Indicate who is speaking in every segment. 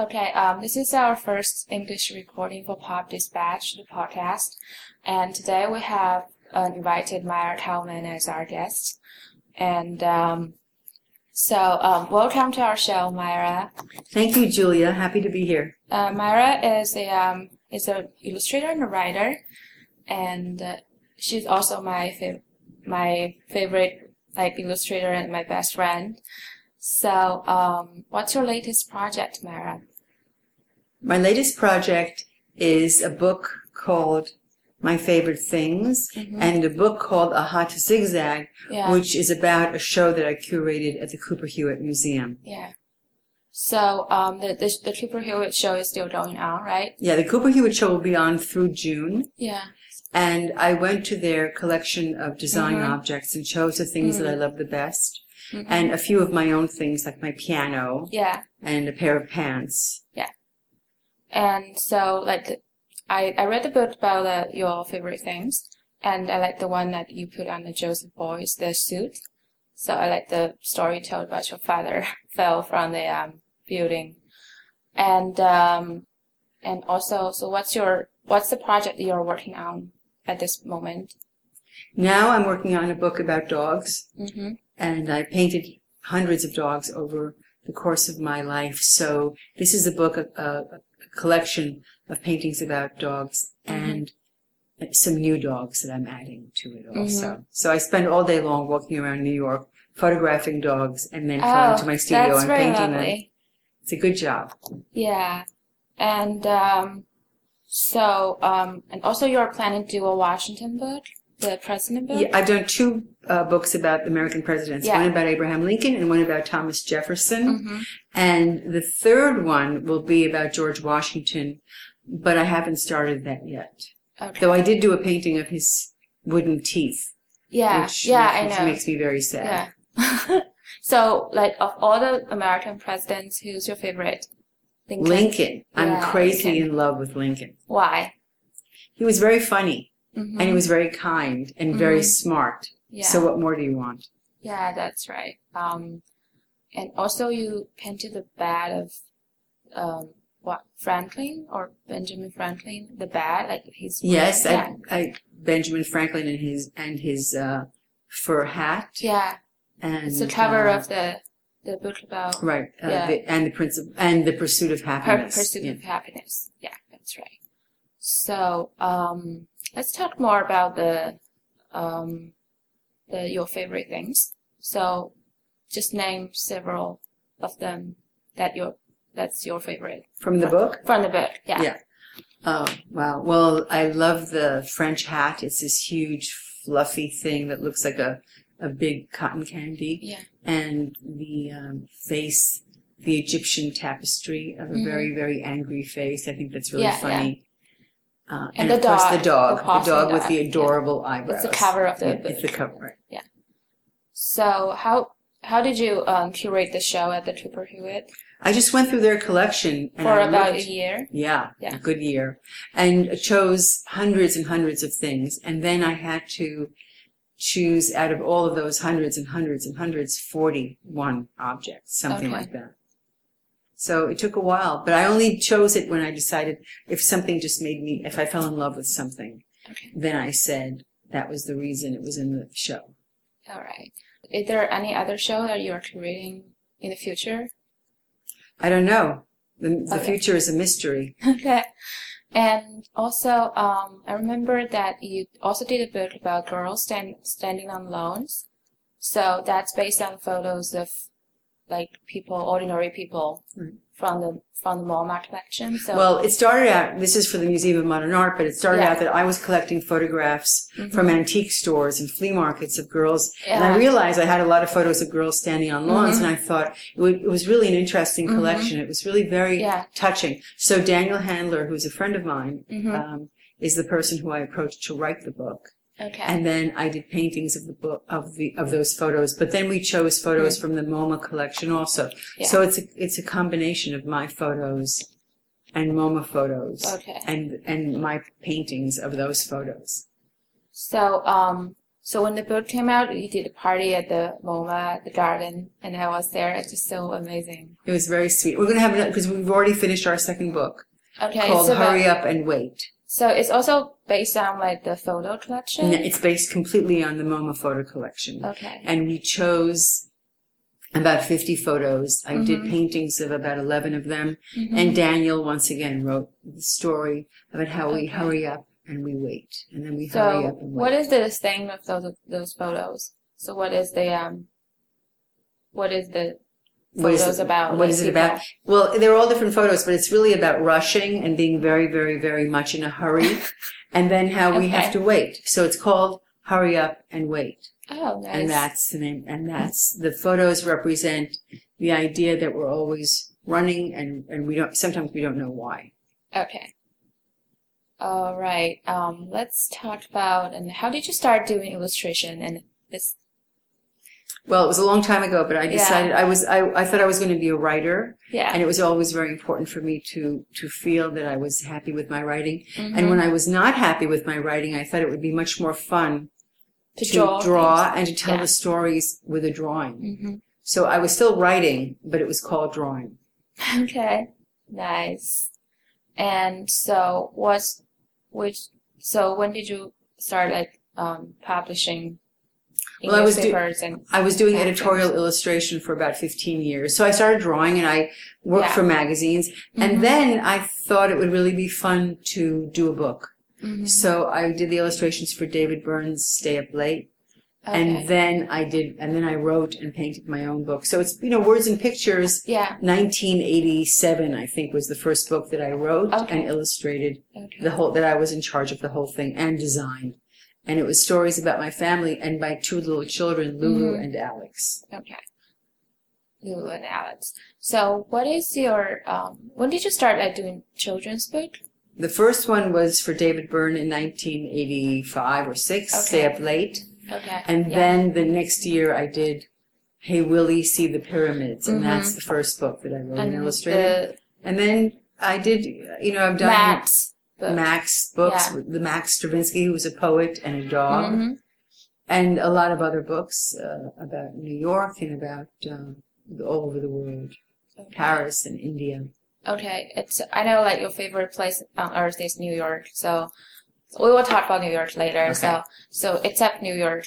Speaker 1: Okay, um, this is our first English recording for Pop Dispatch, the podcast. And today we have uh, invited Meyer Talman as our guest. And um, so, um, welcome to our show, Myra.
Speaker 2: Thank you, Julia. Happy to be here.
Speaker 1: Uh, Myra is a um, is an illustrator and a writer, and uh, she's also my fav- my favorite like illustrator and my best friend. So, um, what's your latest project, Myra?
Speaker 2: My latest project is a book called My Favorite Things and a book called A Hot to Zigzag,
Speaker 1: Mm-hmm. Yeah,
Speaker 2: which is about a show that I curated at the Cooper Hewitt Museum.
Speaker 1: yeah. So, um, the the, the Cooper Hewitt show is still going on, right?
Speaker 2: Yeah, the Cooper Hewitt show will be on through June.
Speaker 1: Yeah,
Speaker 2: And I went to their collection of design
Speaker 1: Mhm.
Speaker 2: objects and chose the things that I love the best.
Speaker 1: Mhm.
Speaker 2: And a few of my own things, like my piano
Speaker 1: yeah.
Speaker 2: and a pair of pants.
Speaker 1: And so, like, I, I read the book about uh, your favorite things, and I like the one that you put on the Joseph Boyce, the suit. So I like the story told about your father fell from the um, building, and um, and also, so what's your what's the project that you're working on at this moment?
Speaker 2: Now I'm working on a book about dogs.
Speaker 1: Mm-hmm.
Speaker 2: and I painted hundreds of dogs over the course of my life. So this is a book, a, a a collection of paintings about dogs
Speaker 1: Mm-hmm.
Speaker 2: and some new dogs that I'm adding to it also.
Speaker 1: Mm-hmm.
Speaker 2: So I spend all day long walking around New York, photographing dogs, and then flying to my studio
Speaker 1: Ah, Oh, that's
Speaker 2: and
Speaker 1: very
Speaker 2: painting
Speaker 1: lovely.
Speaker 2: them. It's a good job.
Speaker 1: Yeah. And um, so um, and also you're planning to do a Washington book, the president book.
Speaker 2: Yeah, I've done two uh, books about American presidents,
Speaker 1: Yeah.
Speaker 2: one about Abraham Lincoln and one about Thomas Jefferson.
Speaker 1: Mm-hmm.
Speaker 2: And the third one will be about George Washington, but I haven't started that yet.
Speaker 1: Okay.
Speaker 2: Though I did do a painting of his wooden teeth,
Speaker 1: yeah.
Speaker 2: which,
Speaker 1: yeah,
Speaker 2: which
Speaker 1: I know.
Speaker 2: makes me very sad.
Speaker 1: yeah. so, like, of all the American presidents, who's your favorite? Lincoln.
Speaker 2: Lincoln. I'm
Speaker 1: Yeah,
Speaker 2: crazy
Speaker 1: Lincoln.
Speaker 2: in love with Lincoln.
Speaker 1: Why?
Speaker 2: He was very funny
Speaker 1: Mm-hmm.
Speaker 2: and he was very kind and very
Speaker 1: Mhm.
Speaker 2: smart.
Speaker 1: yeah.
Speaker 2: So what more do you want?
Speaker 1: yeah, that's right. Um, and also you painted the bed of, um, what Franklin or Benjamin Franklin? The bed, like his.
Speaker 2: Yes,
Speaker 1: yeah.
Speaker 2: I, I, Benjamin Franklin and his and his uh, fur hat.
Speaker 1: yeah.
Speaker 2: And
Speaker 1: It's the cover
Speaker 2: uh,
Speaker 1: of the the book about
Speaker 2: right uh,
Speaker 1: yeah.
Speaker 2: the, and the prince of- and the pursuit of
Speaker 1: Her
Speaker 2: happiness.
Speaker 1: pursuit
Speaker 2: Yeah.
Speaker 1: of happiness. Yeah, that's right. So um, let's talk more about the, um, the your favorite things. So just name several of them that your that's your favorite
Speaker 2: From the book.
Speaker 1: from the book. Yeah.
Speaker 2: Yeah. Oh, wow. Well, I love the French hat. It's this huge, fluffy thing that looks like a, a big cotton candy.
Speaker 1: Yeah.
Speaker 2: And the um, face, the Egyptian tapestry of a
Speaker 1: Mhm.
Speaker 2: very, very angry face. I think that's really
Speaker 1: Yeah, yeah.
Speaker 2: funny. Uh,
Speaker 1: And
Speaker 2: and,
Speaker 1: the
Speaker 2: of course,
Speaker 1: dog,
Speaker 2: the dog,
Speaker 1: the
Speaker 2: the,
Speaker 1: possum
Speaker 2: dog with
Speaker 1: dog,
Speaker 2: the
Speaker 1: yeah.
Speaker 2: adorable eyebrows.
Speaker 1: It's the cover of the
Speaker 2: Yeah,
Speaker 1: book.
Speaker 2: it's the cover. right.
Speaker 1: So how how did you um, curate the show at the Cooper Hewitt
Speaker 2: I just went through their collection and
Speaker 1: for
Speaker 2: I
Speaker 1: about
Speaker 2: looked-
Speaker 1: a year?
Speaker 2: Yeah,
Speaker 1: Yeah.
Speaker 2: a good year. And chose hundreds and hundreds of things. And then I had to choose out of all of those hundreds and hundreds and hundreds, 41 objects, something
Speaker 1: Okay.
Speaker 2: like that. So it took a while, but I only chose it when I decided if something just made me, if I fell in love with something,
Speaker 1: Okay.
Speaker 2: then I said that was the reason it was in the show.
Speaker 1: All right. Is there any other show that you are curating in the future?
Speaker 2: I don't know. The, the
Speaker 1: Okay.
Speaker 2: future is a mystery.
Speaker 1: Okay. And also, um, I remember that you also did a book about girls stand, standing on loans. So that's based on photos of like people, ordinary people
Speaker 2: Right.
Speaker 1: from the from the MoMA collection. So
Speaker 2: Hmm. Well, it started out, this is for the Museum of Modern Art, but it started
Speaker 1: Yeah.
Speaker 2: out that I was collecting photographs
Speaker 1: Mhm.
Speaker 2: from antique stores and flea markets of girls. And
Speaker 1: Yeah.
Speaker 2: I realized I had a lot of photos of girls standing on lawns,
Speaker 1: Mhm.
Speaker 2: and I thought it, wa- it was really an interesting
Speaker 1: Mhm.
Speaker 2: collection. It was really very
Speaker 1: Yeah.
Speaker 2: touching. So Daniel Handler, who's a friend of mine,
Speaker 1: Mhm.
Speaker 2: um, is the person who I approached to write the book.
Speaker 1: okay,
Speaker 2: Uh, And then I did paintings of the book of the of those photos. But then we chose photos from the MoMA collection also.
Speaker 1: Mm-hmm. Yeah.
Speaker 2: So it's a, it's a combination of my photos and MoMA photos
Speaker 1: okay.
Speaker 2: and and my paintings of those photos.
Speaker 1: So um, So when the book came out, you did a party at the MoMA, the garden, and I was there. It's just so amazing.
Speaker 2: It was very sweet. We're going to have it because we've already finished our second book
Speaker 1: Okay,
Speaker 2: called
Speaker 1: so,
Speaker 2: Hurry Up and Wait.
Speaker 1: so it's also based on like the photo collection.
Speaker 2: And it's based completely on the MoMA photo collection.
Speaker 1: Okay.
Speaker 2: And we chose about 50 photos. I did
Speaker 1: Mhm.
Speaker 2: paintings of about 11 of them.
Speaker 1: Mhm.
Speaker 2: And Daniel once again wrote the story about how we
Speaker 1: Okay.
Speaker 2: hurry up and we wait. And then we hurry
Speaker 1: so
Speaker 2: up and wait.
Speaker 1: what is the theme of those those photos? So what is the um what is the
Speaker 2: What is
Speaker 1: photos
Speaker 2: it-
Speaker 1: about?
Speaker 2: What
Speaker 1: like,
Speaker 2: is it about?
Speaker 1: people-
Speaker 2: Well, they're all different photos, but it's really about rushing and being very, very, very much in a hurry, and then how we have
Speaker 1: Okay.
Speaker 2: to wait. So it's called "Hurry Up and Wait,"
Speaker 1: Oh, nice.
Speaker 2: and that's the name. And that's the photos represent the idea that we're always running, and and we don't. Sometimes we don't know why.
Speaker 1: Okay. All right. Um, let's talk about and how did you start doing illustration and this?
Speaker 2: Well, it was a long time ago, but I
Speaker 1: Yeah.
Speaker 2: decided I was. I, I thought I was going to be a writer,
Speaker 1: Yeah.
Speaker 2: and it was always very important for me to to feel that I was happy with my writing.
Speaker 1: Mhm.
Speaker 2: And when I was not happy with my writing, I thought it would be much more fun
Speaker 1: To
Speaker 2: to,
Speaker 1: draw
Speaker 2: draw,
Speaker 1: things.
Speaker 2: and to tell
Speaker 1: Yeah.
Speaker 2: the stories with a drawing.
Speaker 1: Mhm.
Speaker 2: So I was still writing, but it was called drawing.
Speaker 1: Okay. Nice. And so what's which? So when did you start like um publishing in
Speaker 2: Well, I was do-
Speaker 1: newspapers and
Speaker 2: I was doing
Speaker 1: Okay.
Speaker 2: editorial illustration for about 15 years. So I started drawing and I worked
Speaker 1: Yeah.
Speaker 2: for magazines.
Speaker 1: Mhm.
Speaker 2: And then I thought it would really be fun to do a book.
Speaker 1: Mhm.
Speaker 2: So I did the illustrations for David Burns' Stay Up Late.
Speaker 1: Okay.
Speaker 2: And then I did, and then I wrote and painted my own book. So it's, you know, words and pictures
Speaker 1: yeah.
Speaker 2: 1987, I think, was the first book that I wrote
Speaker 1: Okay.
Speaker 2: and illustrated
Speaker 1: Okay.
Speaker 2: the whole, that I was in charge of the whole thing and designed. And it was stories about my family and my two little children, Lulu
Speaker 1: Mhm.
Speaker 2: and Alex.
Speaker 1: Okay. Lulu and Alex. So what is your um when did you start like doing children's book?
Speaker 2: The first one was for David Byrne in 1985 or 6, Stay
Speaker 1: Okay.
Speaker 2: Up Late.
Speaker 1: Okay.
Speaker 2: And
Speaker 1: yeah.
Speaker 2: then the next year I did Hey Willie, See the Pyramids. And
Speaker 1: Mhm.
Speaker 2: that's the first book that I wrote
Speaker 1: and
Speaker 2: and, illustrated.
Speaker 1: the
Speaker 2: and then I did, you know, I've done
Speaker 1: Matt's book.
Speaker 2: Max books,
Speaker 1: Yeah.
Speaker 2: with the Max Stravinsky, who was a poet and a dog,
Speaker 1: Mhm.
Speaker 2: and a lot of other books uh, about New York and about um, all over the world,
Speaker 1: Okay.
Speaker 2: Paris and India.
Speaker 1: Okay, it's I know like your favorite place on earth is New York, so we will talk about New York later. So so except New York,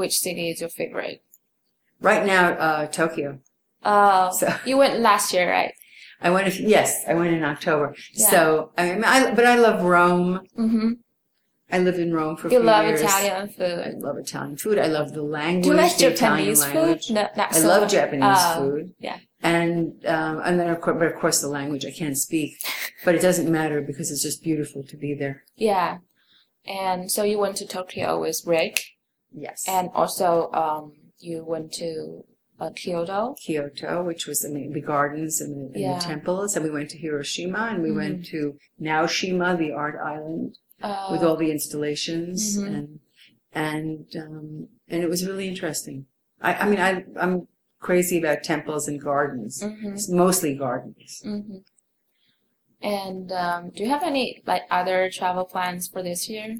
Speaker 1: which city is your favorite?
Speaker 2: Right now, uh, Tokyo.
Speaker 1: Oh,
Speaker 2: So
Speaker 1: you went last year, right?
Speaker 2: I went. Yes, I went in October.
Speaker 1: Yeah.
Speaker 2: So I, mean, I, but I love Rome.
Speaker 1: Mm-hmm.
Speaker 2: I lived in Rome for. a
Speaker 1: You
Speaker 2: few
Speaker 1: love
Speaker 2: years.
Speaker 1: Italian
Speaker 2: I
Speaker 1: food.
Speaker 2: love Italian food. I love the language.
Speaker 1: Do you like
Speaker 2: the Italian
Speaker 1: Japanese food?
Speaker 2: language.
Speaker 1: No, not
Speaker 2: I
Speaker 1: so
Speaker 2: love
Speaker 1: much.
Speaker 2: Japanese
Speaker 1: Oh,
Speaker 2: food.
Speaker 1: yeah.
Speaker 2: And um, and then of course, but of course, the language I can't speak, but it doesn't matter because it's just beautiful to be there.
Speaker 1: Yeah, and so you went to Tokyo with Rick,
Speaker 2: Yes.
Speaker 1: and also um you went to uh, Kyoto.
Speaker 2: Kyoto, which was in the, the gardens and the, and
Speaker 1: Yeah. Mm-hmm.
Speaker 2: the temples, and we went to Hiroshima, and we went to Naoshima, the art island,
Speaker 1: Uh,
Speaker 2: with all the installations,
Speaker 1: Mhm.
Speaker 2: and and um, and it was really interesting. I, I mean, I I'm crazy about temples and gardens.
Speaker 1: mhm.
Speaker 2: It's mostly gardens.
Speaker 1: Mm-hmm. And um, do you have any like other travel plans for this year?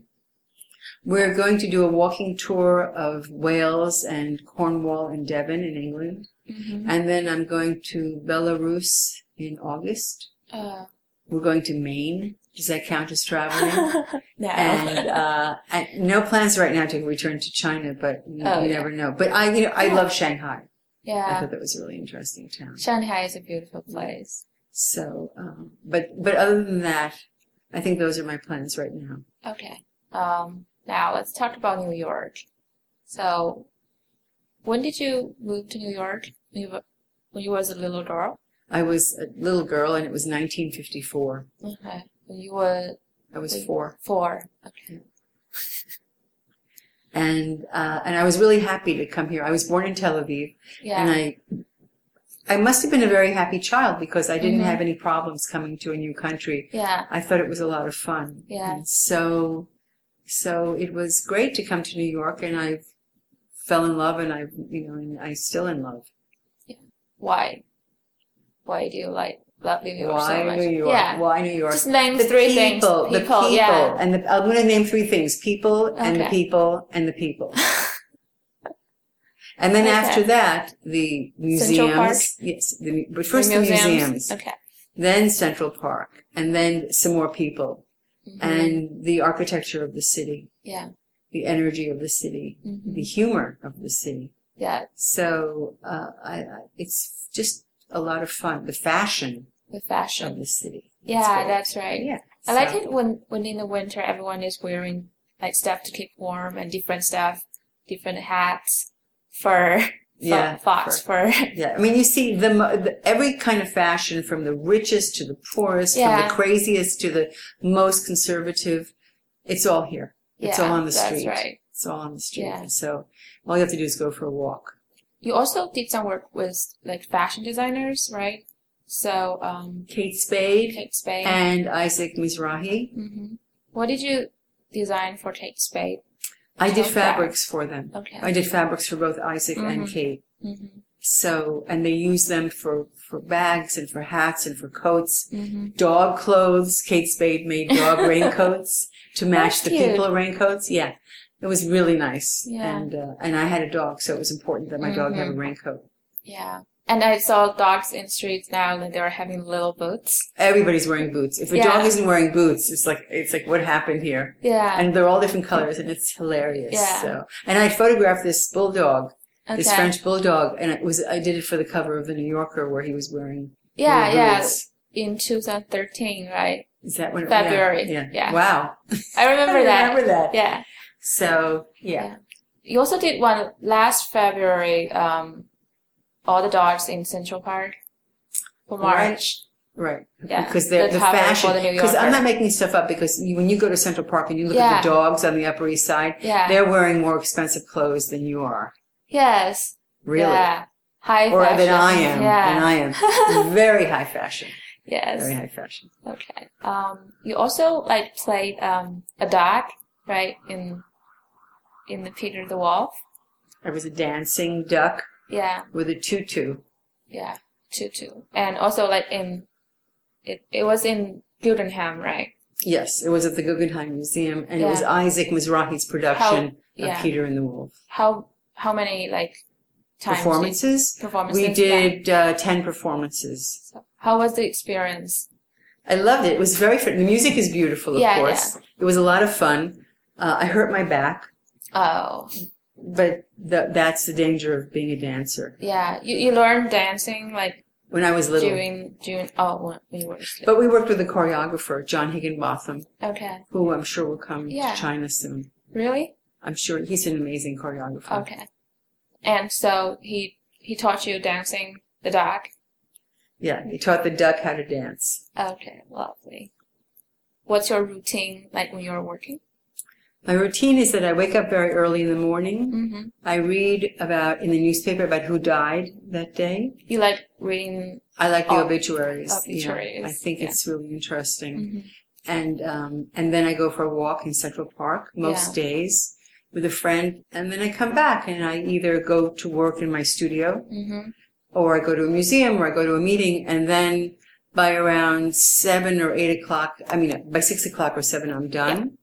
Speaker 2: We're going to do a walking tour of Wales and Cornwall and Devon in England.
Speaker 1: Mm-hmm.
Speaker 2: And then I'm going to Belarus in August.
Speaker 1: Uh,
Speaker 2: We're going to Maine. Does that count as traveling?
Speaker 1: no.
Speaker 2: and, uh, and no plans right now to return to China, but you,
Speaker 1: Oh,
Speaker 2: you
Speaker 1: yeah.
Speaker 2: never know. But I, you know, I
Speaker 1: Yeah.
Speaker 2: love Shanghai. I
Speaker 1: yeah,
Speaker 2: thought that was a really interesting town.
Speaker 1: Shanghai is a beautiful place.
Speaker 2: So, um, but but other than that, I think those are my plans right now.
Speaker 1: Okay. Um, now let's talk about New York. So, when did you move to New York? When you were, when you was a little girl.
Speaker 2: I was a little girl, and it was 1954. Mm-hmm.
Speaker 1: Okay. When you were
Speaker 2: I was
Speaker 1: Wait.
Speaker 2: four.
Speaker 1: four. Okay.
Speaker 2: and uh, and I was really happy to come here. I was born in Tel Aviv, and
Speaker 1: Yeah.
Speaker 2: I I must have been a very happy child because I didn't
Speaker 1: Mhm.
Speaker 2: have any problems coming to a new country.
Speaker 1: yeah.
Speaker 2: I thought it was a lot of fun.
Speaker 1: Yeah.
Speaker 2: And so so it was great to come to New York, and I fell in love, and I you know, and I still in love.
Speaker 1: Why? Why do you like love New York so
Speaker 2: Why
Speaker 1: much.
Speaker 2: New York?
Speaker 1: Yeah.
Speaker 2: Why New York?
Speaker 1: Just name
Speaker 2: the
Speaker 1: three things.
Speaker 2: people, the people,
Speaker 1: yeah.
Speaker 2: and the, I'm going to name three things: people and the
Speaker 1: Okay.
Speaker 2: people and the people. and then
Speaker 1: Okay.
Speaker 2: after that, the
Speaker 1: Central
Speaker 2: museums.
Speaker 1: Park.
Speaker 2: Yes, the, but first the museums,
Speaker 1: museums. Okay.
Speaker 2: then Central Park, and then some more people,
Speaker 1: Mhm.
Speaker 2: and the architecture of the city,
Speaker 1: yeah.
Speaker 2: the energy of the city,
Speaker 1: Mhm.
Speaker 2: the humor of the city.
Speaker 1: Yeah.
Speaker 2: So uh, I, I, it's just a lot of fun. The fashion
Speaker 1: The
Speaker 2: of
Speaker 1: fashion.
Speaker 2: the city.
Speaker 1: Yeah,
Speaker 2: great.
Speaker 1: that's right.
Speaker 2: Yeah,
Speaker 1: I like
Speaker 2: so-
Speaker 1: it when when in the winter everyone is wearing like stuff to keep warm and different stuff, different hats, fur, fo-
Speaker 2: Yeah,
Speaker 1: fox fur.
Speaker 2: Yeah, I mean, you see the, mo- the every kind of fashion, from the richest to the poorest, from
Speaker 1: Yeah.
Speaker 2: the craziest to the most conservative. It's all here. It's
Speaker 1: yeah,
Speaker 2: all on the
Speaker 1: that's
Speaker 2: street.
Speaker 1: right.
Speaker 2: It's all on the street.
Speaker 1: Yeah.
Speaker 2: So all you have to do is go for a walk.
Speaker 1: You also did some work with like fashion designers, right? So, um,
Speaker 2: Kate Spade
Speaker 1: Kate Spade.
Speaker 2: and Isaac Mizrahi.
Speaker 1: hmm What did you design for Kate Spade?
Speaker 2: I did
Speaker 1: Okay.
Speaker 2: fabrics for them.
Speaker 1: Okay.
Speaker 2: I did fabrics for both Isaac and
Speaker 1: Mhm.
Speaker 2: Kate.
Speaker 1: mm-hmm.
Speaker 2: So and they use them for for bags and for hats and for coats.
Speaker 1: Mm-hmm.
Speaker 2: dog clothes. Kate Spade made dog raincoats to match
Speaker 1: That's
Speaker 2: the
Speaker 1: cute.
Speaker 2: people raincoats. Yeah, it was really nice.
Speaker 1: Yeah. Mm-hmm.
Speaker 2: And uh, and I had a dog, so it was important that my dog have a raincoat.
Speaker 1: Yeah. And I saw dogs in streets now that they are having little boots.
Speaker 2: Everybody's wearing boots. If a
Speaker 1: Yeah.
Speaker 2: dog isn't wearing boots, it's like it's like what happened here.
Speaker 1: Yeah.
Speaker 2: And they're all different colors, and it's hilarious.
Speaker 1: Yeah.
Speaker 2: So, and I photographed this bulldog,
Speaker 1: okay.
Speaker 2: this French bulldog, and it was I did it for the cover of the New Yorker, where he was wearing
Speaker 1: yeah,
Speaker 2: little
Speaker 1: yeah.
Speaker 2: boots.
Speaker 1: In 2013, right?
Speaker 2: Is that when it- yeah,
Speaker 1: February.
Speaker 2: Yeah.
Speaker 1: Yeah.
Speaker 2: Wow.
Speaker 1: I remember
Speaker 2: I
Speaker 1: that.
Speaker 2: remember that.
Speaker 1: Yeah.
Speaker 2: So yeah.
Speaker 1: You also did one last February, um, all the dogs in Central Park for
Speaker 2: Right.
Speaker 1: March.
Speaker 2: Right.
Speaker 1: Yeah.
Speaker 2: Because they're the,
Speaker 1: cover
Speaker 2: fashion.
Speaker 1: for the New
Speaker 2: Because I'm
Speaker 1: Yorker.
Speaker 2: not making stuff up. Because you, when you go to Central Park and you look at
Speaker 1: Yeah.
Speaker 2: the dogs on the Upper East Side,
Speaker 1: Yeah.
Speaker 2: they're wearing more expensive clothes than you are,
Speaker 1: yes.
Speaker 2: really,
Speaker 1: Yeah. High
Speaker 2: or
Speaker 1: fashion.
Speaker 2: than I am.
Speaker 1: Yeah.
Speaker 2: Than I am. Very high fashion.
Speaker 1: yes.
Speaker 2: Very high fashion.
Speaker 1: Okay. Um, you also like played um a dog, right? In in the Peter the Wolf.
Speaker 2: I was a dancing duck
Speaker 1: Yeah,
Speaker 2: with a tutu.
Speaker 1: yeah, tutu, and also like in it. It was in Guggenheim, right?
Speaker 2: Yes, it was at the Guggenheim Museum, and it was
Speaker 1: Yeah.
Speaker 2: Isaac Mizrahi's production of
Speaker 1: yeah.
Speaker 2: Peter and the Wolf.
Speaker 1: How how many like times? did-
Speaker 2: Performances.
Speaker 1: Performances.
Speaker 2: We
Speaker 1: yeah.
Speaker 2: did uh, ten performances.
Speaker 1: So, how was the experience?
Speaker 2: I loved it. It was very fun. The music is beautiful, of
Speaker 1: Yeah,
Speaker 2: course. It was a lot of fun. Uh, I hurt my back,
Speaker 1: Oh,
Speaker 2: but th- that's the danger of being a dancer.
Speaker 1: yeah. You you learned dancing like
Speaker 2: When I was little,
Speaker 1: during during oh when we were asleep.
Speaker 2: but we worked with a choreographer, John Higginbotham,
Speaker 1: Okay.
Speaker 2: who I'm sure will come
Speaker 1: Yeah.
Speaker 2: to China soon.
Speaker 1: Really?
Speaker 2: I'm sure he's an amazing choreographer.
Speaker 1: Okay. And so he he taught you dancing the dog.
Speaker 2: Yeah, he taught the duck how to dance.
Speaker 1: Okay, lovely. What's your routine like when you're working?
Speaker 2: My routine is that I wake up very early in the morning.
Speaker 1: Mm-hmm.
Speaker 2: I read about in the newspaper about who died that day.
Speaker 1: You like reading?
Speaker 2: I like the
Speaker 1: Ob-
Speaker 2: obituaries. Yeah,
Speaker 1: Oh, obituaries,
Speaker 2: I think
Speaker 1: yeah.
Speaker 2: it's really interesting.
Speaker 1: Mhm.
Speaker 2: and um, and then I go for a walk in Central Park most days with a friend, and then I come back and I either go to work in my studio
Speaker 1: Mhm.
Speaker 2: or I go to a museum or I go to a meeting, and then by around seven or eight o'clock, I mean by six o'clock or seven, I'm done,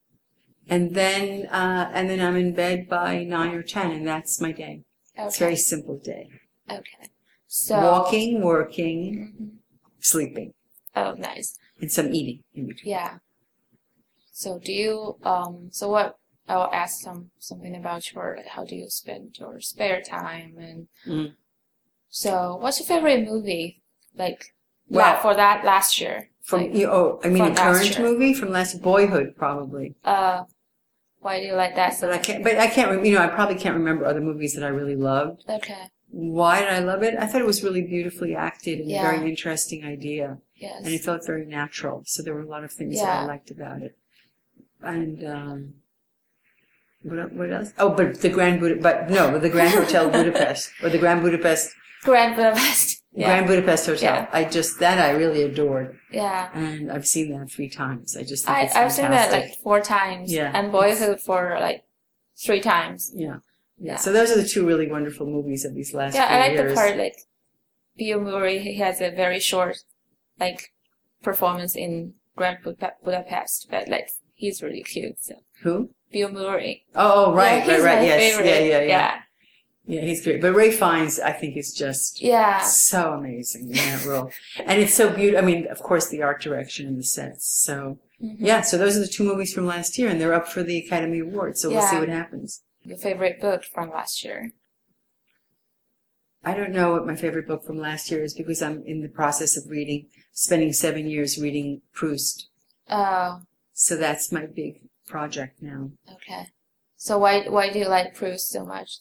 Speaker 2: and then uh, and then I'm in bed by nine or ten, and that's my day. It's a
Speaker 1: Okay.
Speaker 2: very simple day:
Speaker 1: Okay. So.
Speaker 2: walking, working,
Speaker 1: Mhm.
Speaker 2: sleeping,
Speaker 1: Oh, nice.
Speaker 2: and some eating in between.
Speaker 1: Yeah. So do you um? So what? I'll ask some something about your like, how do you spend your spare time and.
Speaker 2: Mm.
Speaker 1: So what's your favorite movie? Like.
Speaker 2: Well-
Speaker 1: la- for that last year.
Speaker 2: From
Speaker 1: like,
Speaker 2: you oh, I mean
Speaker 1: From
Speaker 2: a
Speaker 1: last
Speaker 2: current
Speaker 1: year.
Speaker 2: movie from last Boyhood probably.
Speaker 1: uh, why do you like that so
Speaker 2: But I can't. But I can't. rem- You know, I probably can't remember other movies that I really loved.
Speaker 1: Okay.
Speaker 2: Why did I love it? I thought it was really beautifully acted and a
Speaker 1: Yeah.
Speaker 2: very interesting idea,
Speaker 1: Yes.
Speaker 2: and it felt very natural. So there were a lot of things that I
Speaker 1: Yeah.
Speaker 2: liked about it. And um, what el- what else? Oh, but the Grand Budapest. But no, the Grand Hotel Budapest or the Grand Budapest
Speaker 1: Grand Budapest. Yeah.
Speaker 2: Grand Budapest Hotel.
Speaker 1: Yeah.
Speaker 2: I just that I really adored,
Speaker 1: yeah.
Speaker 2: and I've seen that three times. I just think
Speaker 1: I,
Speaker 2: it's
Speaker 1: I've seen that
Speaker 2: fantastic.
Speaker 1: like four times.
Speaker 2: Yeah.
Speaker 1: And Boyhood for like three times.
Speaker 2: Yeah. Yeah.
Speaker 1: Yeah.
Speaker 2: So those are the two really wonderful movies of these last
Speaker 1: Yeah,
Speaker 2: few
Speaker 1: I like
Speaker 2: years.
Speaker 1: the part like Bill Murray he has a very short like performance in Grand Buda- Budapest, but like he's really cute. So
Speaker 2: Who?
Speaker 1: Bill Murray.
Speaker 2: Oh, oh, right,
Speaker 1: yeah,
Speaker 2: right,
Speaker 1: he's
Speaker 2: right.
Speaker 1: My
Speaker 2: Yes,
Speaker 1: favorite.
Speaker 2: yeah, yeah, yeah,
Speaker 1: yeah,
Speaker 2: yeah. He's great, but Ray Fiennes, I think, is just
Speaker 1: yeah.
Speaker 2: so amazing in that role, and it's so beautiful. I mean, of course, the art direction and the sets. So
Speaker 1: Mhm.
Speaker 2: yeah, so those are the two movies from last year, and they're up for the Academy Award. So we'll see
Speaker 1: Yeah.
Speaker 2: what happens.
Speaker 1: Your favorite book from last year?
Speaker 2: I don't know what my favorite book from last year is because I'm in the process of reading, spending seven years reading Proust.
Speaker 1: Oh,
Speaker 2: So that's my big project now.
Speaker 1: okay. So why why do you like Proust so much?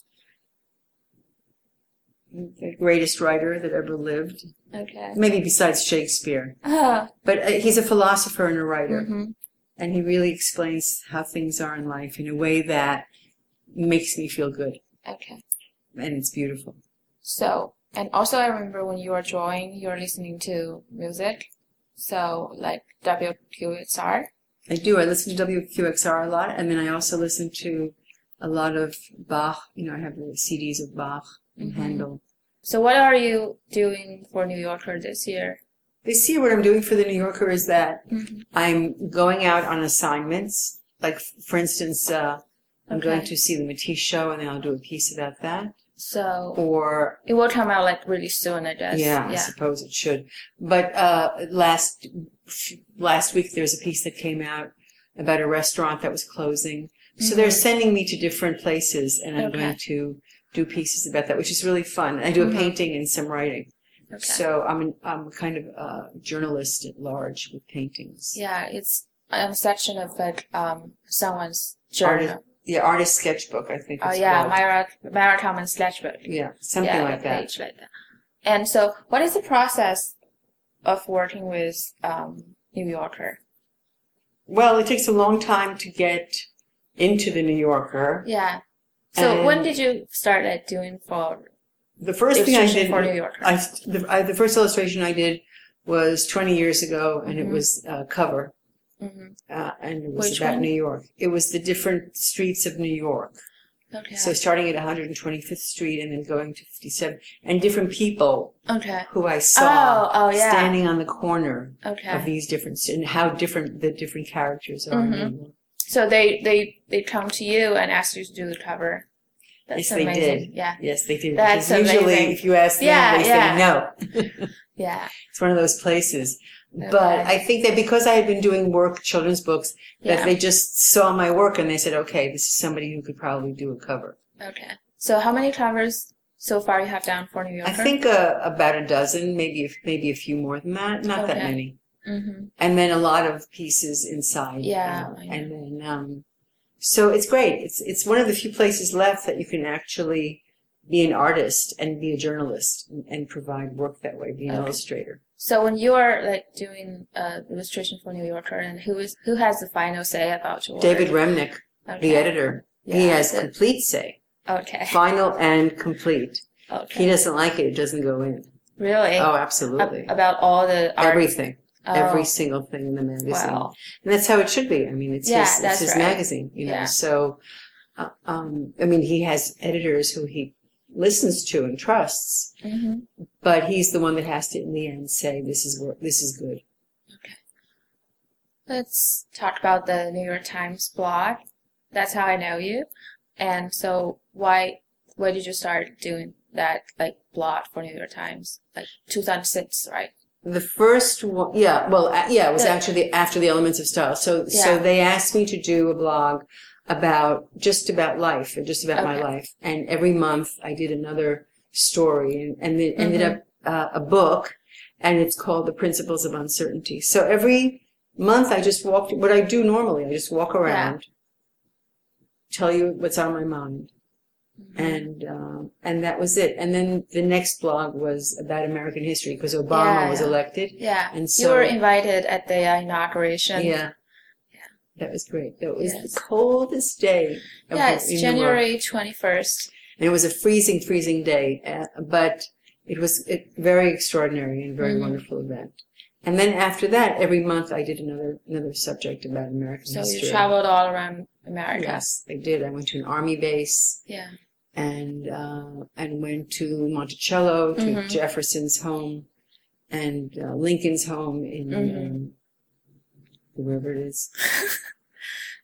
Speaker 2: The greatest writer that ever lived,
Speaker 1: Okay.
Speaker 2: maybe besides Shakespeare.
Speaker 1: Oh,
Speaker 2: But uh, he's a philosopher and a writer.
Speaker 1: hmm
Speaker 2: and he really explains how things are in life in a way that makes me feel good
Speaker 1: Okay.
Speaker 2: and it's beautiful
Speaker 1: So and also I remember when you were drawing, you were listening to music. So like WQXR.
Speaker 2: i do i listen to wqxr a lot and then i also listen to a lot of bach you know i have the cds of bach and
Speaker 1: Mhm.
Speaker 2: handel
Speaker 1: So what are you doing for New Yorker this year?
Speaker 2: this year what i'm doing for the new yorker is that
Speaker 1: Mm-hmm.
Speaker 2: i'm going out on assignments like f- for instance uh, i'm going
Speaker 1: Okay.
Speaker 2: to see the matisse show and then i'll do a piece about that
Speaker 1: So
Speaker 2: or
Speaker 1: it will come out like really soon, I guess.
Speaker 2: Yeah, I
Speaker 1: Yeah.
Speaker 2: suppose it should. But uh, last last week there was a piece that came out about a restaurant that was closing. So they're
Speaker 1: Mhm.
Speaker 2: sending me to different places, and I'm
Speaker 1: Okay.
Speaker 2: going to do pieces about that, which is really fun. I do a
Speaker 1: Mhm.
Speaker 2: painting and some writing.
Speaker 1: Okay.
Speaker 2: So I'm an, I'm kind of a journalist at large with paintings.
Speaker 1: yeah, it's a section of like um someone's journal.
Speaker 2: Artist- Yeah, artist sketchbook, I think.
Speaker 1: Oh
Speaker 2: it's
Speaker 1: yeah,
Speaker 2: called.
Speaker 1: Myra Myra Thomas sketchbook.
Speaker 2: yeah, something
Speaker 1: yeah,
Speaker 2: like
Speaker 1: a
Speaker 2: that.
Speaker 1: page like that. And so, what is the process of working with um, New Yorker?
Speaker 2: Well, it takes a long time to get into the New Yorker.
Speaker 1: Yeah. So when
Speaker 2: And-
Speaker 1: did you start like doing for
Speaker 2: The first thing I
Speaker 1: illustration
Speaker 2: did
Speaker 1: for New Yorker?
Speaker 2: I, the, I, the first illustration I did was 20 years ago, and it
Speaker 1: Mhm.
Speaker 2: was a cover,
Speaker 1: hmm
Speaker 2: uh, and it was
Speaker 1: Which
Speaker 2: about
Speaker 1: one?
Speaker 2: New York. It was the different streets of New York.
Speaker 1: Okay.
Speaker 2: So starting at 125th Street and then going to 57, and different people
Speaker 1: okay.
Speaker 2: who I
Speaker 1: oh,
Speaker 2: saw
Speaker 1: oh yeah.
Speaker 2: standing on the corner of
Speaker 1: okay.
Speaker 2: these different, and how different the different characters are. in New
Speaker 1: Mm-hmm.
Speaker 2: York.
Speaker 1: So they they they come to you and ask you to do the cover. That's
Speaker 2: Yes, they
Speaker 1: amazing.
Speaker 2: did.
Speaker 1: Yeah.
Speaker 2: Yes, they do.
Speaker 1: That's
Speaker 2: Because usually,
Speaker 1: amazing.
Speaker 2: if you ask them,
Speaker 1: Yeah,
Speaker 2: they
Speaker 1: yeah.
Speaker 2: say no.
Speaker 1: Yeah.
Speaker 2: It's one of those places. But
Speaker 1: Okay.
Speaker 2: I think that because I had been doing work, children's books, that
Speaker 1: Yeah.
Speaker 2: they just saw my work and they said, okay, this is somebody who could probably do a cover.
Speaker 1: okay. So how many covers so far you have done for New Yorker?
Speaker 2: I think uh, about a dozen, maybe if, maybe a few more than that, not that
Speaker 1: Okay.
Speaker 2: many.
Speaker 1: hmm
Speaker 2: And then a lot of pieces inside.
Speaker 1: Yeah,
Speaker 2: uh,
Speaker 1: I know.
Speaker 2: and then, um, so it's great. It's it's one of the few places left that you can actually be an artist and be a journalist and, and provide work that way. Be an
Speaker 1: Okay.
Speaker 2: illustrator.
Speaker 1: So when you are like doing uh, illustration for New Yorker, and who is who has the final say about your work?
Speaker 2: David Remnick, the
Speaker 1: Okay.
Speaker 2: editor, he
Speaker 1: Yeah,
Speaker 2: has
Speaker 1: so-
Speaker 2: complete say,
Speaker 1: Okay.
Speaker 2: final and complete. If
Speaker 1: Okay.
Speaker 2: he doesn't like it, it doesn't go in.
Speaker 1: really?
Speaker 2: Oh,
Speaker 1: Ab-
Speaker 2: absolutely.
Speaker 1: about all the art.
Speaker 2: Everything.
Speaker 1: Oh,
Speaker 2: Every single thing in the magazine.
Speaker 1: wow.
Speaker 2: And that's how it should be. I mean, it's
Speaker 1: Yeah,
Speaker 2: his, it's
Speaker 1: that's
Speaker 2: his
Speaker 1: right.
Speaker 2: magazine, you know.
Speaker 1: Yeah.
Speaker 2: So, uh, um, I mean, he has editors who he listens to and trusts,
Speaker 1: hmm
Speaker 2: but he's the one that has to, in the end, say, this is wor- this is good.
Speaker 1: Let's talk about the New York Times blog. That's how I know you. And so why why did you start doing that like blog for New York Times? Like 2006, right?
Speaker 2: The first one, yeah, well, a- yeah, it was
Speaker 1: The-
Speaker 2: actually after the Elements of Style. So, so
Speaker 1: Yeah.
Speaker 2: they asked me to do a blog about just about life and just about my
Speaker 1: Okay.
Speaker 2: life. And every month I did another story and, and it ended up
Speaker 1: Mm-hmm.
Speaker 2: uh, a book and it's called The Principles of Uncertainty. So every month I just walked, what I do normally, I just walk around, tell you what's on my mind
Speaker 1: Mm-hmm.
Speaker 2: and um, and that was it. And then the next blog was about American history because Obama
Speaker 1: Yeah,
Speaker 2: was
Speaker 1: yeah.
Speaker 2: elected.
Speaker 1: yeah,
Speaker 2: and
Speaker 1: you
Speaker 2: so-
Speaker 1: were invited at the inauguration.
Speaker 2: Yeah, that was great. That was
Speaker 1: Yes.
Speaker 2: the coldest day. of
Speaker 1: Yeah,
Speaker 2: the-
Speaker 1: it's
Speaker 2: in the world.
Speaker 1: January 21st.
Speaker 2: and it was a freezing, freezing day, uh, but it was a very extraordinary and very
Speaker 1: Mhm.
Speaker 2: wonderful event. And then after that, every month I did another another subject about American
Speaker 1: So
Speaker 2: history.
Speaker 1: you traveled all around America.
Speaker 2: Yes, I did. I went to an army base.
Speaker 1: Yeah.
Speaker 2: and uh, and went to Monticello to
Speaker 1: Mhm.
Speaker 2: Jefferson's home, and uh, Lincoln's home in
Speaker 1: Mhm.
Speaker 2: um, wherever it is.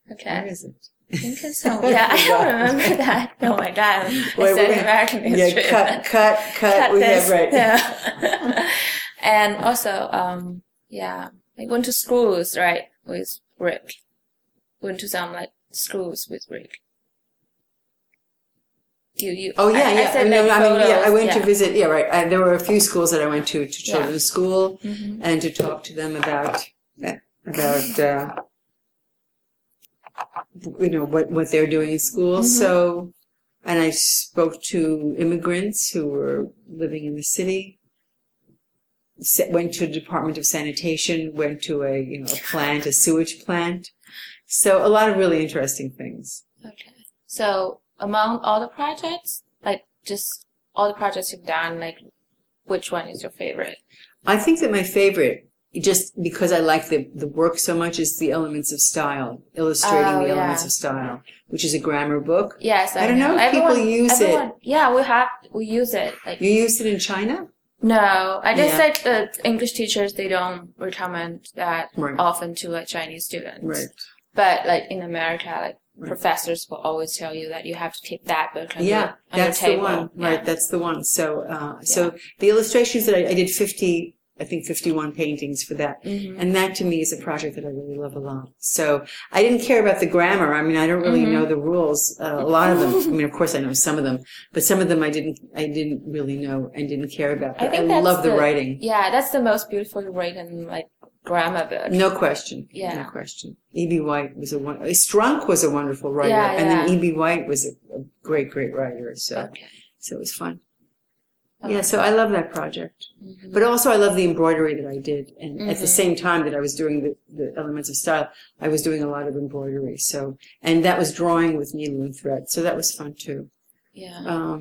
Speaker 2: Where
Speaker 1: Okay.
Speaker 2: is it?
Speaker 1: Lincoln's Home. Yeah, I don't remember that. Oh my god. It's
Speaker 2: Wait, we're
Speaker 1: an
Speaker 2: gonna-
Speaker 1: American history.
Speaker 2: Yeah, cut, cut, cut.
Speaker 1: Cut
Speaker 2: we
Speaker 1: this.
Speaker 2: have right.
Speaker 1: Yeah. and also, um, yeah, I went to schools, right, with Rick. Went to some like schools with Rick. You, you.
Speaker 2: Oh yeah,
Speaker 1: I,
Speaker 2: yeah.
Speaker 1: I said,
Speaker 2: no,
Speaker 1: like,
Speaker 2: I mean, yeah. I
Speaker 1: photos,
Speaker 2: went to
Speaker 1: yeah.
Speaker 2: visit. Yeah, right. I, there were a few schools that I went to to
Speaker 1: Yeah.
Speaker 2: children's school.
Speaker 1: Mhm.
Speaker 2: and to talk to them about about uh, you know what what they're doing in school.
Speaker 1: Mhm.
Speaker 2: So, and I spoke to immigrants who were living in the city. sa- Went to the Department of Sanitation. Went to a you know a plant, a sewage plant. So a lot of really interesting things.
Speaker 1: Okay. So among all the projects, like just all the projects you've done, like which one is your favorite?
Speaker 2: I think that my favorite, just because I like the, the work so much, is the elements of style, illustrating
Speaker 1: Oh,
Speaker 2: the elements
Speaker 1: yeah.
Speaker 2: of style, which is a grammar book.
Speaker 1: Yes, I,
Speaker 2: I don't know if people
Speaker 1: everyone,
Speaker 2: use it.
Speaker 1: everyone, Yeah, we have we use it. Like
Speaker 2: You used it in China?
Speaker 1: no, I just
Speaker 2: Yeah.
Speaker 1: like the English teachers they don't recommend that
Speaker 2: Right.
Speaker 1: often to like Chinese students.
Speaker 2: Right.
Speaker 1: But like in America, like
Speaker 2: Right.
Speaker 1: professors will always tell you that you have to keep that book on
Speaker 2: Yeah,
Speaker 1: your, on your
Speaker 2: that's the
Speaker 1: table.
Speaker 2: one.
Speaker 1: Yeah.
Speaker 2: Right, that's the one. So, uh, so the illustrations that I, I did 50, I think 51 paintings for that.
Speaker 1: Mhm.
Speaker 2: And that to me is a project that I really love a lot. So I didn't care about the grammar. I mean, I don't really
Speaker 1: Mhm.
Speaker 2: know the rules. Uh, a lot of them. I mean, of course, I know some of them, but some of them I didn't. I didn't really know and didn't care about.
Speaker 1: I
Speaker 2: But I,
Speaker 1: think that's
Speaker 2: love the,
Speaker 1: the-
Speaker 2: writing.
Speaker 1: Yeah, that's the most beautiful written like grammar book.
Speaker 2: No question.
Speaker 1: Yeah.
Speaker 2: No question. E.B. White was a one. Strunk was a wonderful writer,
Speaker 1: Yeah,
Speaker 2: and then
Speaker 1: yeah. Uh,
Speaker 2: E.B. White was a, a great, great writer. So.
Speaker 1: Okay.
Speaker 2: So it was fun.
Speaker 1: Okay.
Speaker 2: Yeah, so I love that project.
Speaker 1: Mhm.
Speaker 2: But also, I love the embroidery that I did. And at
Speaker 1: Mm-hmm.
Speaker 2: the same time that I was doing the, the elements of style, I was doing a lot of embroidery. So, and that was drawing with needle and thread. So that was fun too.
Speaker 1: Yeah.
Speaker 2: Um,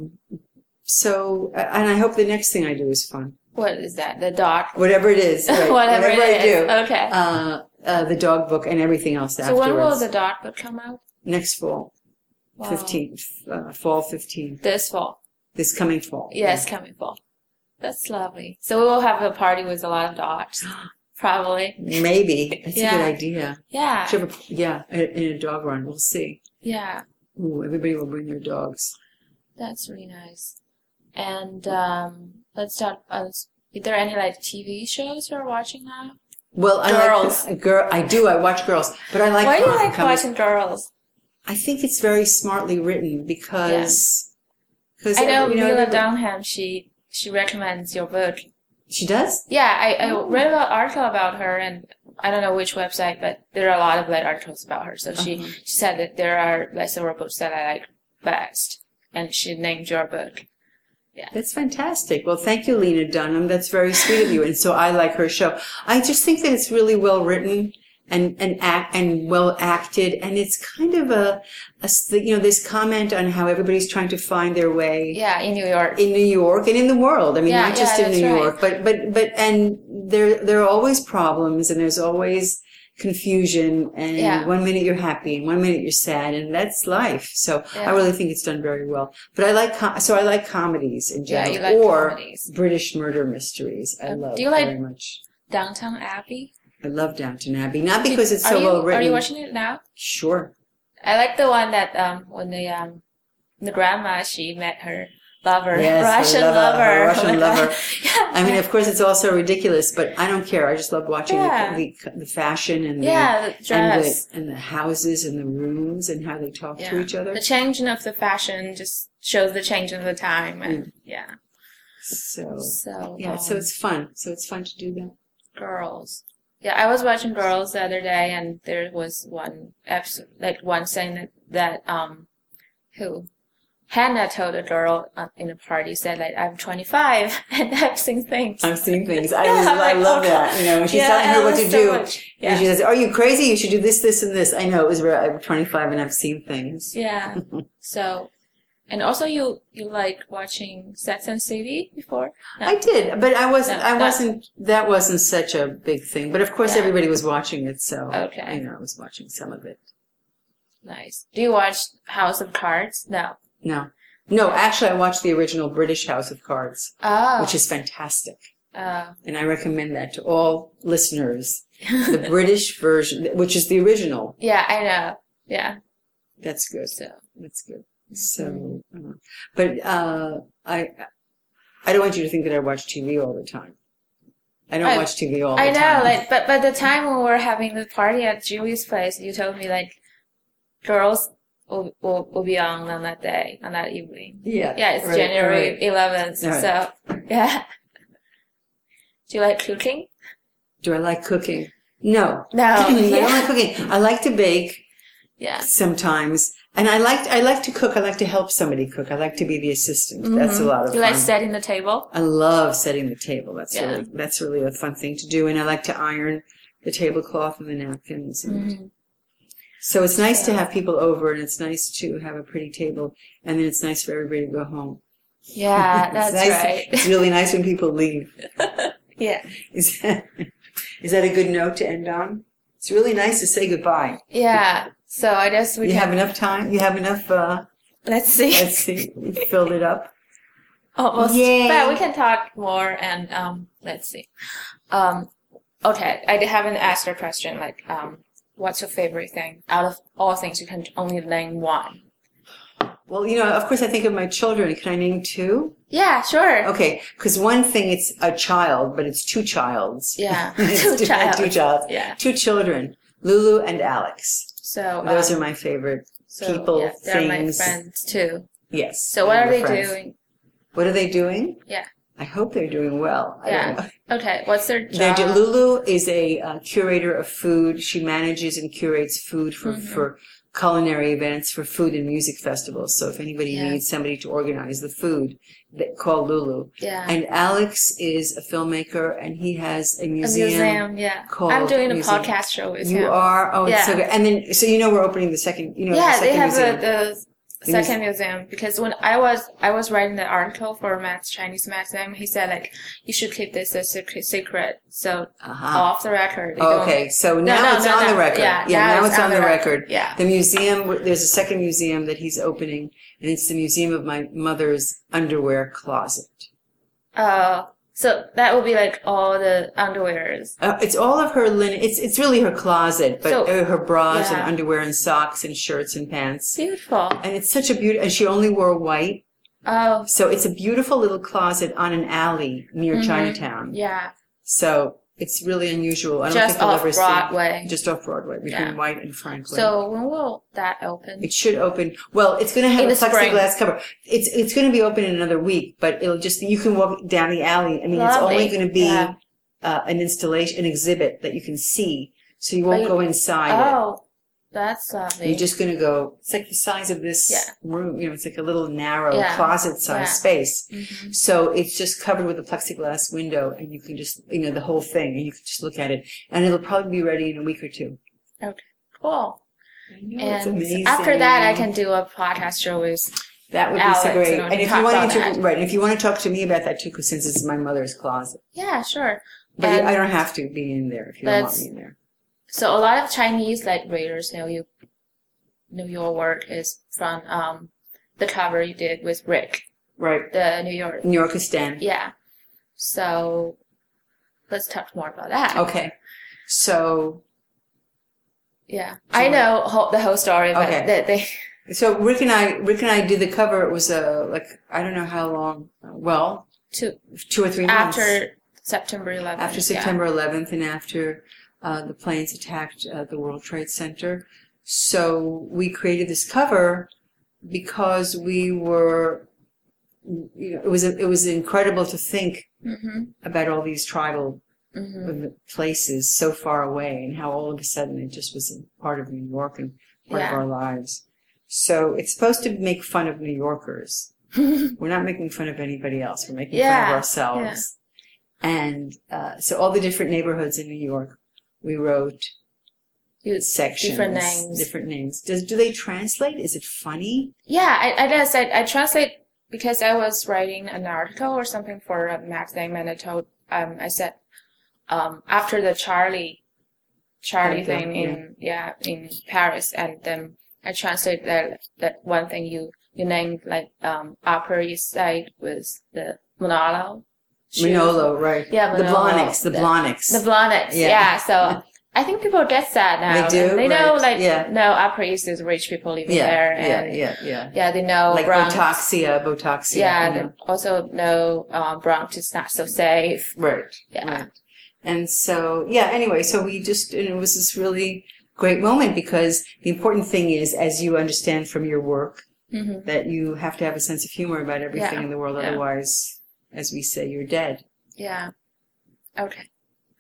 Speaker 2: so, a- and I hope the next thing I do is fun.
Speaker 1: What is that? The dot.
Speaker 2: Whatever it is. right,
Speaker 1: Whatever, it is.
Speaker 2: I do.
Speaker 1: Okay.
Speaker 2: Uh, uh, the dog book and everything else
Speaker 1: so
Speaker 2: afterwards.
Speaker 1: when will the dot book come out?
Speaker 2: next fall,
Speaker 1: Wow.
Speaker 2: 15th, uh, fall 15th,
Speaker 1: This fall.
Speaker 2: this coming fall.
Speaker 1: Yes, coming fall. That's lovely. So we will have a party with a lot of dots, probably.
Speaker 2: Maybe. That's a
Speaker 1: Yeah.
Speaker 2: good idea.
Speaker 1: Yeah.
Speaker 2: Should have a- yeah, in in a dog run. We'll see.
Speaker 1: Yeah.
Speaker 2: Ooh, everybody will bring their dogs.
Speaker 1: That's really nice. And um, let's talk. Uh, is there any like TV shows you're watching now?
Speaker 2: Well, I
Speaker 1: Girls.
Speaker 2: like girl. I do. I watch girls, but I like.
Speaker 1: Why do you
Speaker 2: rom-
Speaker 1: like
Speaker 2: coms.
Speaker 1: watching girls?
Speaker 2: I think it's very smartly written because because
Speaker 1: I know
Speaker 2: you know,
Speaker 1: Mila
Speaker 2: everybody-
Speaker 1: Dunham. She she recommends your book.
Speaker 2: she does.
Speaker 1: Yeah, I, I
Speaker 2: Oh.
Speaker 1: read an article about her, and I don't know which website, but there are a lot of like articles about her. So she,
Speaker 2: Uh-huh.
Speaker 1: she said that there are like several books that I like best, and she named your book.
Speaker 2: That's fantastic. Well, thank you, Lena Dunham. That's very sweet of you. And so I like her show. I just think that it's really well written and and act and well acted, and it's kind of a, a s- you know this comment on how everybody's trying to find their way.
Speaker 1: Yeah, in New York.
Speaker 2: in New York and in the world. I mean,
Speaker 1: Yeah,
Speaker 2: not just
Speaker 1: yeah,
Speaker 2: in
Speaker 1: that's
Speaker 2: New
Speaker 1: right.
Speaker 2: York, but but but and there there are always problems and there's always confusion and
Speaker 1: Yeah.
Speaker 2: one minute you're happy and one minute you're sad and that's life. So I
Speaker 1: Yeah.
Speaker 2: really think it's done very well. But I like com- so I like comedies in
Speaker 1: Yeah,
Speaker 2: general
Speaker 1: you like
Speaker 2: or
Speaker 1: comedies.
Speaker 2: British murder mysteries. I
Speaker 1: Um,
Speaker 2: love
Speaker 1: do you like-
Speaker 2: very much.
Speaker 1: Downtown Abbey.
Speaker 2: I love Downton Abbey, not because it's so
Speaker 1: are you,
Speaker 2: well written.
Speaker 1: Are you watching it now?
Speaker 2: Sure.
Speaker 1: I like the one that um when the um the grandma she met her lover,
Speaker 2: Yes, her
Speaker 1: Russian
Speaker 2: lover,
Speaker 1: lover,
Speaker 2: her
Speaker 1: Oh
Speaker 2: Russian
Speaker 1: my God.
Speaker 2: lover.
Speaker 1: yeah,
Speaker 2: I mean, of course, it's also ridiculous, but I don't care. I just love watching
Speaker 1: Yeah.
Speaker 2: the, the, the fashion and the,
Speaker 1: yeah, the
Speaker 2: and the,
Speaker 1: dress.
Speaker 2: and the houses and the rooms and how they talk to
Speaker 1: Yeah.
Speaker 2: each other.
Speaker 1: The change of the fashion just shows the change of the time, and yeah.
Speaker 2: So
Speaker 1: So
Speaker 2: Mm. yeah, so
Speaker 1: um,
Speaker 2: it's fun. So it's fun to do that.
Speaker 1: girls. Yeah, I was watching Girls the other day, and there was one episode, like one saying that, that um, who Hannah told a girl uh, in a party said like I'm 25 and I've seen things.
Speaker 2: I'm seeing things. I,
Speaker 1: Yeah,
Speaker 2: was- I
Speaker 1: like,
Speaker 2: love
Speaker 1: okay.
Speaker 2: that. You know, she's
Speaker 1: Yeah,
Speaker 2: telling
Speaker 1: I
Speaker 2: her what
Speaker 1: love
Speaker 2: to
Speaker 1: so
Speaker 2: do.
Speaker 1: much.
Speaker 2: And she
Speaker 1: Yeah,
Speaker 2: says, "Are you crazy? You should do this, this, and this." I know it was. Very, I'm 25 and I've seen things.
Speaker 1: yeah. so, and also you you like watching Sex and the City before? No.
Speaker 2: I did, but I wasn't.
Speaker 1: No,
Speaker 2: I
Speaker 1: that-
Speaker 2: wasn't. That wasn't such a big thing. But of course,
Speaker 1: Yeah.
Speaker 2: everybody was watching it, so
Speaker 1: Okay.
Speaker 2: you know, I was watching some of it.
Speaker 1: Nice. Do you watch House of Cards? No.
Speaker 2: No, no. Actually, I watched the original British House of Cards,
Speaker 1: Oh.
Speaker 2: which is fantastic.
Speaker 1: Uh,
Speaker 2: and I recommend that to all listeners. The British version, which is the original.
Speaker 1: yeah, I know. Yeah.
Speaker 2: That's good.
Speaker 1: So
Speaker 2: That's good. So, uh, but uh, I, I don't want you to think that I watch TV all the time. I don't
Speaker 1: I-
Speaker 2: watch TV all the
Speaker 1: I know,
Speaker 2: time.
Speaker 1: like, but but the time when we were having the party at Julie's place, you told me like, girls will will, will be on on that day, on that evening.
Speaker 2: yeah,
Speaker 1: Yeah, it's
Speaker 2: right,
Speaker 1: January
Speaker 2: right.
Speaker 1: 11th,
Speaker 2: Right.
Speaker 1: so yeah. Do you like cooking?
Speaker 2: Do I like cooking? No,
Speaker 1: No.
Speaker 2: I don't like
Speaker 1: yeah.
Speaker 2: cooking. I like to bake
Speaker 1: yeah.
Speaker 2: sometimes, and I like I like to cook. I like to help somebody cook. I like to be the assistant. That's a
Speaker 1: Mhm.
Speaker 2: lot of
Speaker 1: You
Speaker 2: fun.
Speaker 1: like setting the table?
Speaker 2: I love setting the table. That's
Speaker 1: Yeah.
Speaker 2: really that's really a fun thing to do, and I like to iron the tablecloth and the napkins. And
Speaker 1: Mhm.
Speaker 2: So it's nice to
Speaker 1: Yeah.
Speaker 2: have people over, and it's nice to have a pretty table, and then it's nice for everybody to go home.
Speaker 1: Yeah,
Speaker 2: It's
Speaker 1: Uh, that's
Speaker 2: nice-
Speaker 1: right.
Speaker 2: It's really nice when people leave.
Speaker 1: Yeah.
Speaker 2: Is that, is that a good note to end on? It's really nice to say goodbye.
Speaker 1: Yeah. So I guess we
Speaker 2: you
Speaker 1: can
Speaker 2: have enough time. You have enough. Uh,
Speaker 1: let's see.
Speaker 2: let's see. You filled it up.
Speaker 1: Almost.
Speaker 2: Yay.
Speaker 1: But we can talk more and um, let's see. Um, okay, I haven't asked your question. Like, um, what's your favorite thing out of all things? You can only name one.
Speaker 2: Well, you know, of course, I think of my children. Can I name two?
Speaker 1: Yeah, sure.
Speaker 2: Okay, because one thing it's a child, but it's two childs.
Speaker 1: Yeah,
Speaker 2: It's
Speaker 1: two
Speaker 2: different- Two
Speaker 1: childs.
Speaker 2: childs.
Speaker 1: Yeah.
Speaker 2: Two children, Lulu and Alex.
Speaker 1: So um,
Speaker 2: Those are my favorite.
Speaker 1: so,
Speaker 2: people,
Speaker 1: yeah, they're my
Speaker 2: things.
Speaker 1: friends too.
Speaker 2: Yes.
Speaker 1: So what
Speaker 2: they're
Speaker 1: are
Speaker 2: your
Speaker 1: they
Speaker 2: friends.
Speaker 1: doing?
Speaker 2: What are they doing?
Speaker 1: Yeah.
Speaker 2: I hope they're doing well. I
Speaker 1: Yeah.
Speaker 2: don't know.
Speaker 1: Okay, what's their
Speaker 2: They're
Speaker 1: job?
Speaker 2: do- Lulu is a uh, curator of food. She manages and curates food for,
Speaker 1: Mhm.
Speaker 2: for culinary events, for food and music festivals. So if anybody
Speaker 1: Yeah.
Speaker 2: needs somebody to organize the food, they call Lulu.
Speaker 1: yeah,
Speaker 2: And Alex is a filmmaker, and he has a
Speaker 1: a
Speaker 2: museum.
Speaker 1: museum. Yeah,
Speaker 2: called
Speaker 1: I'm doing a
Speaker 2: museum.
Speaker 1: podcast show with
Speaker 2: You
Speaker 1: him.
Speaker 2: are oh, it's so
Speaker 1: Yeah.
Speaker 2: good. And then so you know we're opening the second. You know the
Speaker 1: yeah,
Speaker 2: second
Speaker 1: they have
Speaker 2: museum.
Speaker 1: a, the
Speaker 2: The
Speaker 1: second museum because when I was I was writing the article for Matt's Chinese Math exam, he said like you should keep this a secret, secret so
Speaker 2: uh-huh.
Speaker 1: off the record. you Oh, don't-
Speaker 2: Okay, so
Speaker 1: No,
Speaker 2: now
Speaker 1: no,
Speaker 2: it's
Speaker 1: no,
Speaker 2: on
Speaker 1: no.
Speaker 2: the record.
Speaker 1: Yeah,
Speaker 2: now, it's, on, the record.
Speaker 1: Yeah.
Speaker 2: The museum, there's a second museum that he's opening, and it's the Museum of My Mother's Underwear Closet.
Speaker 1: Uh, so that would be like all the underwears.
Speaker 2: Uh, it's all of her linen. It's it's really her closet, but
Speaker 1: So-
Speaker 2: uh, her bras
Speaker 1: Yeah.
Speaker 2: and underwear and socks and shirts and pants.
Speaker 1: Beautiful.
Speaker 2: And it's such a beauty. And she only wore white,
Speaker 1: Oh,
Speaker 2: so it's a beautiful little closet on an alley near
Speaker 1: Mhm.
Speaker 2: Chinatown.
Speaker 1: yeah.
Speaker 2: So it's really unusual. I don't
Speaker 1: Just
Speaker 2: think I'll
Speaker 1: off
Speaker 2: ever
Speaker 1: Broadway.
Speaker 2: see just off Broadway between
Speaker 1: Yeah.
Speaker 2: White and Franklin.
Speaker 1: So when will that open?
Speaker 2: It should open. Well, it's going to
Speaker 1: In
Speaker 2: have a
Speaker 1: the spring.
Speaker 2: plexiglass cover. It's it's going to be open in another week, but it'll just you can walk down the alley. I mean, it's only
Speaker 1: Lovely.
Speaker 2: going to be
Speaker 1: Yeah.
Speaker 2: uh, an installation, an exhibit that you can see, so you
Speaker 1: But
Speaker 2: won't
Speaker 1: Oh, you-
Speaker 2: go inside
Speaker 1: Oh, that's
Speaker 2: it.
Speaker 1: lovely.
Speaker 2: You're just going to go. It's like the size of this
Speaker 1: Yeah.
Speaker 2: room. You know, it's like a little narrow
Speaker 1: Yeah.
Speaker 2: closet size
Speaker 1: Yeah.
Speaker 2: space.
Speaker 1: Mhm.
Speaker 2: So it's just covered with a plexiglass window, and you can just you know the whole thing, and you can just look at it, and it'll probably be ready in a week or two.
Speaker 1: Cool.
Speaker 2: I know, it's
Speaker 1: And
Speaker 2: Oh, amazing.
Speaker 1: after that, I can do a podcast show with
Speaker 2: That would
Speaker 1: Alex,
Speaker 2: be so great.
Speaker 1: and we
Speaker 2: And if
Speaker 1: can talk
Speaker 2: you want to,
Speaker 1: about
Speaker 2: inter- right, and if you want to talk to me about that too, 'cause since it's my mother's closet,
Speaker 1: Yeah, sure.
Speaker 2: but
Speaker 1: And-
Speaker 2: I don't have to be in there if you don't want
Speaker 1: That's-
Speaker 2: me in there.
Speaker 1: So a lot of Chinese like readers know you know your work is from um the cover you did with Rick,
Speaker 2: Right,
Speaker 1: the New York.
Speaker 2: New York is Dan.
Speaker 1: Yeah. So let's talk more about that.
Speaker 2: Okay, so
Speaker 1: Yeah.
Speaker 2: So-
Speaker 1: I know whole, the whole story, but
Speaker 2: Okay.
Speaker 1: that they
Speaker 2: so Rick and I, Rick and I did the cover. It was a like I don't know how long. Well,
Speaker 1: to
Speaker 2: two or three months
Speaker 1: after September 11th.
Speaker 2: after September 11th and after uh, the planes attacked uh, the World Trade Center. So we created this cover because we were, you know, it was it was incredible to think
Speaker 1: Yeah. hmm
Speaker 2: about all these tribal
Speaker 1: hmm
Speaker 2: places so far away and how all of a sudden it just was a part of New York and part
Speaker 1: Yeah.
Speaker 2: of our lives. So it's supposed to make fun of New Yorkers. We're not making fun of anybody else. We're making fun
Speaker 1: Yeah,
Speaker 2: of ourselves. And uh, so all the different neighborhoods in New York, we wrote
Speaker 1: You-
Speaker 2: sections,
Speaker 1: different names.
Speaker 2: different names. Does do they translate? Is it funny?
Speaker 1: Yeah, I, I guess I, I translate because I was writing an article or something for a magazine, and I told um I said um after the Charlie Charlie
Speaker 2: Charlie
Speaker 1: thing in yeah in Paris, and then I translate that that one thing you you named like um Upper East Side was the Monalo,
Speaker 2: Manolo, right?
Speaker 1: Yeah,
Speaker 2: the
Speaker 1: Manolo.
Speaker 2: Blahniks, the
Speaker 1: The-
Speaker 2: Blahniks.
Speaker 1: The Blahniks,
Speaker 2: Yeah.
Speaker 1: yeah. So I think people get that now.
Speaker 2: They do,
Speaker 1: They know
Speaker 2: right,
Speaker 1: like
Speaker 2: yeah.
Speaker 1: no Upper East is rich people living there,
Speaker 2: yeah, yeah,
Speaker 1: and yeah,
Speaker 2: yeah, yeah.
Speaker 1: they know
Speaker 2: like
Speaker 1: Bronx.
Speaker 2: Botoxia, Botoxia.
Speaker 1: Yeah,
Speaker 2: you
Speaker 1: they
Speaker 2: know.
Speaker 1: also know um, Bronx is not so safe.
Speaker 2: right.
Speaker 1: Yeah.
Speaker 2: Right. And so, yeah, anyway, so we just, and it was this really great moment because the important thing is, as you understand from your work,
Speaker 1: hmm
Speaker 2: that you have to have a sense of humor about everything
Speaker 1: Yeah,
Speaker 2: in the world.
Speaker 1: yeah.
Speaker 2: Otherwise, as we say, you're dead.
Speaker 1: Yeah. Okay.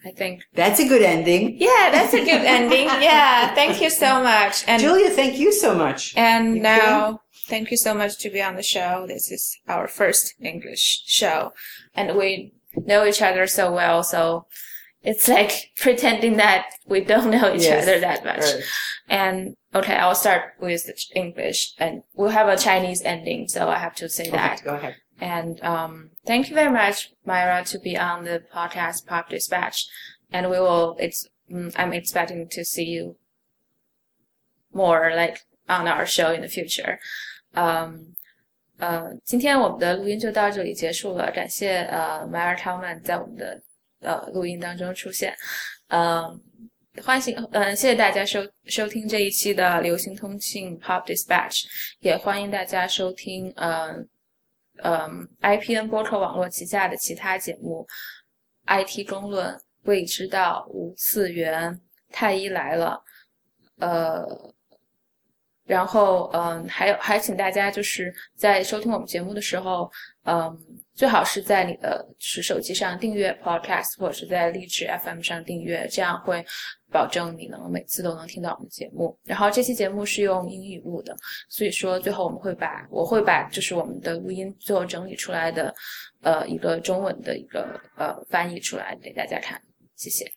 Speaker 1: I think.
Speaker 2: That's a good ending.
Speaker 1: Yeah, that's a good ending. Yeah, thank you so much. And
Speaker 2: Julia, thank you so much.
Speaker 1: and
Speaker 2: You
Speaker 1: now thank you so much to be on the show. This is our first English show, and we know each other so well, so it's like pretending that we don't know each
Speaker 2: Yes.
Speaker 1: other that much.
Speaker 2: Right.
Speaker 1: And okay, I'll start with the Ch- English, and we'll have a Chinese ending, so I have to say that.
Speaker 2: Okay, go ahead.
Speaker 1: And um, thank you very much, Myra, to be on the podcast Pop Dispatch. And we will. It's. mm, I'm expecting to see you more, like on our show in the future. 嗯，呃，今天我们的录音就到这里结束了，感谢呃 Myra Talman 在我们的呃录音当中出现。嗯，欢迎，嗯，谢谢大家收收听这一期的流行通信 Pop Dispatch，也欢迎大家收听呃嗯 IPN 播客网络旗下的其他节目，IT 公论、未知道、无次元、太医来了，呃，然后嗯，还有还请大家就是在收听我们节目的时候，嗯，最好是在你的就是手机上订阅 Podcast，或者是在荔枝 FM 上订阅，这样会保证你能每次都能听到我们的节目。然后这期节目是用英语录的，所以说最后我们会把我会把就是我们的录音最后整理出来的，呃，一个中文的一个呃翻译出来给大家看，谢谢。